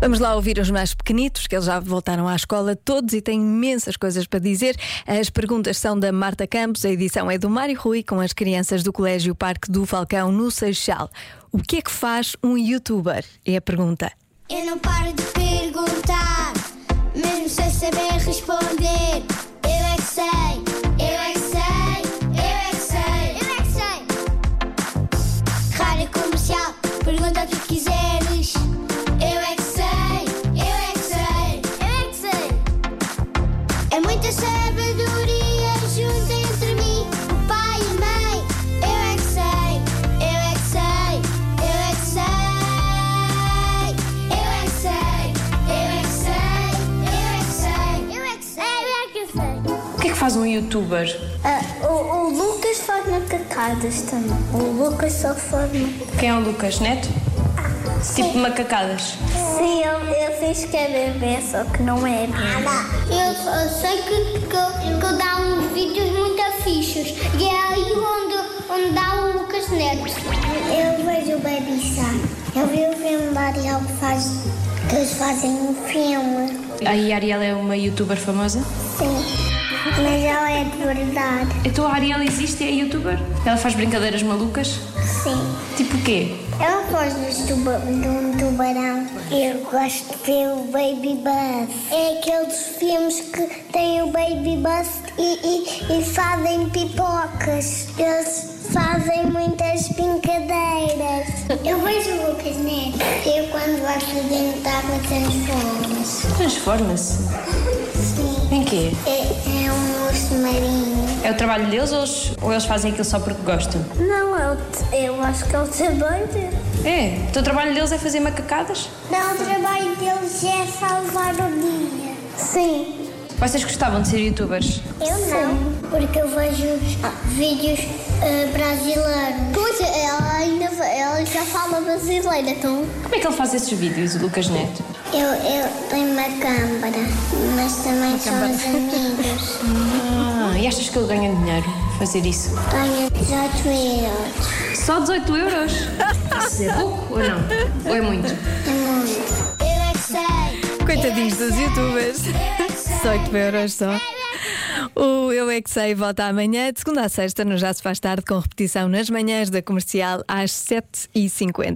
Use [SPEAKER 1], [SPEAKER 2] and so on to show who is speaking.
[SPEAKER 1] Vamos lá ouvir os mais pequenitos, que eles já voltaram à escola todos e têm imensas coisas para dizer. As perguntas são da Marta Campos, a edição é do Mário Rui, com as crianças do Colégio Parque do Falcão, no Seixal. O que é que faz um youtuber? É a pergunta.
[SPEAKER 2] Eu não paro de perguntar, mesmo sem saber responder. Eu é que sei, eu é que sei, eu é que sei, eu é que sei. Rádio comercial, pergunta o que quiseres. Eu é que sei, eu é que sei, eu é que sei. É muita sabedoria junto entre mim, o pai e a mãe. Eu é que sei, eu é que sei, eu é que sei. Eu é que sei, eu é que sei, eu é que sei, eu é que sei, eu é que sei.
[SPEAKER 3] O que é que faz um youtuber?
[SPEAKER 2] Ah, o, Lucas forma cacadas também. O Lucas só forma.
[SPEAKER 3] Quem é o Lucas Neto? Tipo macacadas.
[SPEAKER 2] Sim, eu, eu fiz que é bebê, só que não é bebê. Eu, eu sei que, que, eu- que eu dá uns vídeos muito afixos. E é aí onde, onde dá o Lucas Neto. Eu vejo o Baby Shark. Eu vi o filme da Ariel que eles fazem um filme.
[SPEAKER 3] A Ariela é uma youtuber famosa?
[SPEAKER 2] Sim. Mas ela é de verdade.
[SPEAKER 3] Então a Ariela existe e é youtuber? Ela faz brincadeiras malucas?
[SPEAKER 2] Sim.
[SPEAKER 3] Tipo o quê?
[SPEAKER 2] Ela faz dos tuba de um tubarão. Eu gosto de ver o Baby Bus. É aqueles filmes que têm o Baby Bus e, e- e fazem pipocas. Eles fazem muitas brincadeiras. Eu vejo o Lucas Neto. Eu quando vai fazer tábua transforma-se.
[SPEAKER 3] Transforma-se.
[SPEAKER 2] Sim.
[SPEAKER 3] Em quê?
[SPEAKER 2] É, é um urso marinho.
[SPEAKER 3] É o trabalho deles ou eles, ou eles fazem aquilo só porque gostam?
[SPEAKER 2] Não, eu, eu acho que é o trabalho
[SPEAKER 3] É. Então o trabalho deles é fazer macacadas?
[SPEAKER 2] Não, o um trabalho deles é salvar o dia. Sim.
[SPEAKER 3] Vocês gostavam de ser youtubers?
[SPEAKER 2] Eu não. Porque eu vejo vídeos eh, brasileiros. Pois, ela ainda ela já fala brasileira, então.
[SPEAKER 3] Como é que ele faz esses vídeos, o Lucas Neto?
[SPEAKER 2] Eu, eu tenho uma câmara, mas também são os amigos.
[SPEAKER 3] Ah, e achas que ele ganha dinheiro a fazer isso?
[SPEAKER 2] Tenho 18 euros.
[SPEAKER 3] Só 18 euros? Isso é pouco ou não? Ou é muito?
[SPEAKER 2] É muito. Eu é que sei. é
[SPEAKER 1] Coitadinhos dos youtubers. 18 euros só. O Eu É Que Sei volta amanhã, de segunda a sexta, no Já Se Faz Tarde, com repetição nas manhãs da comercial às 7h50.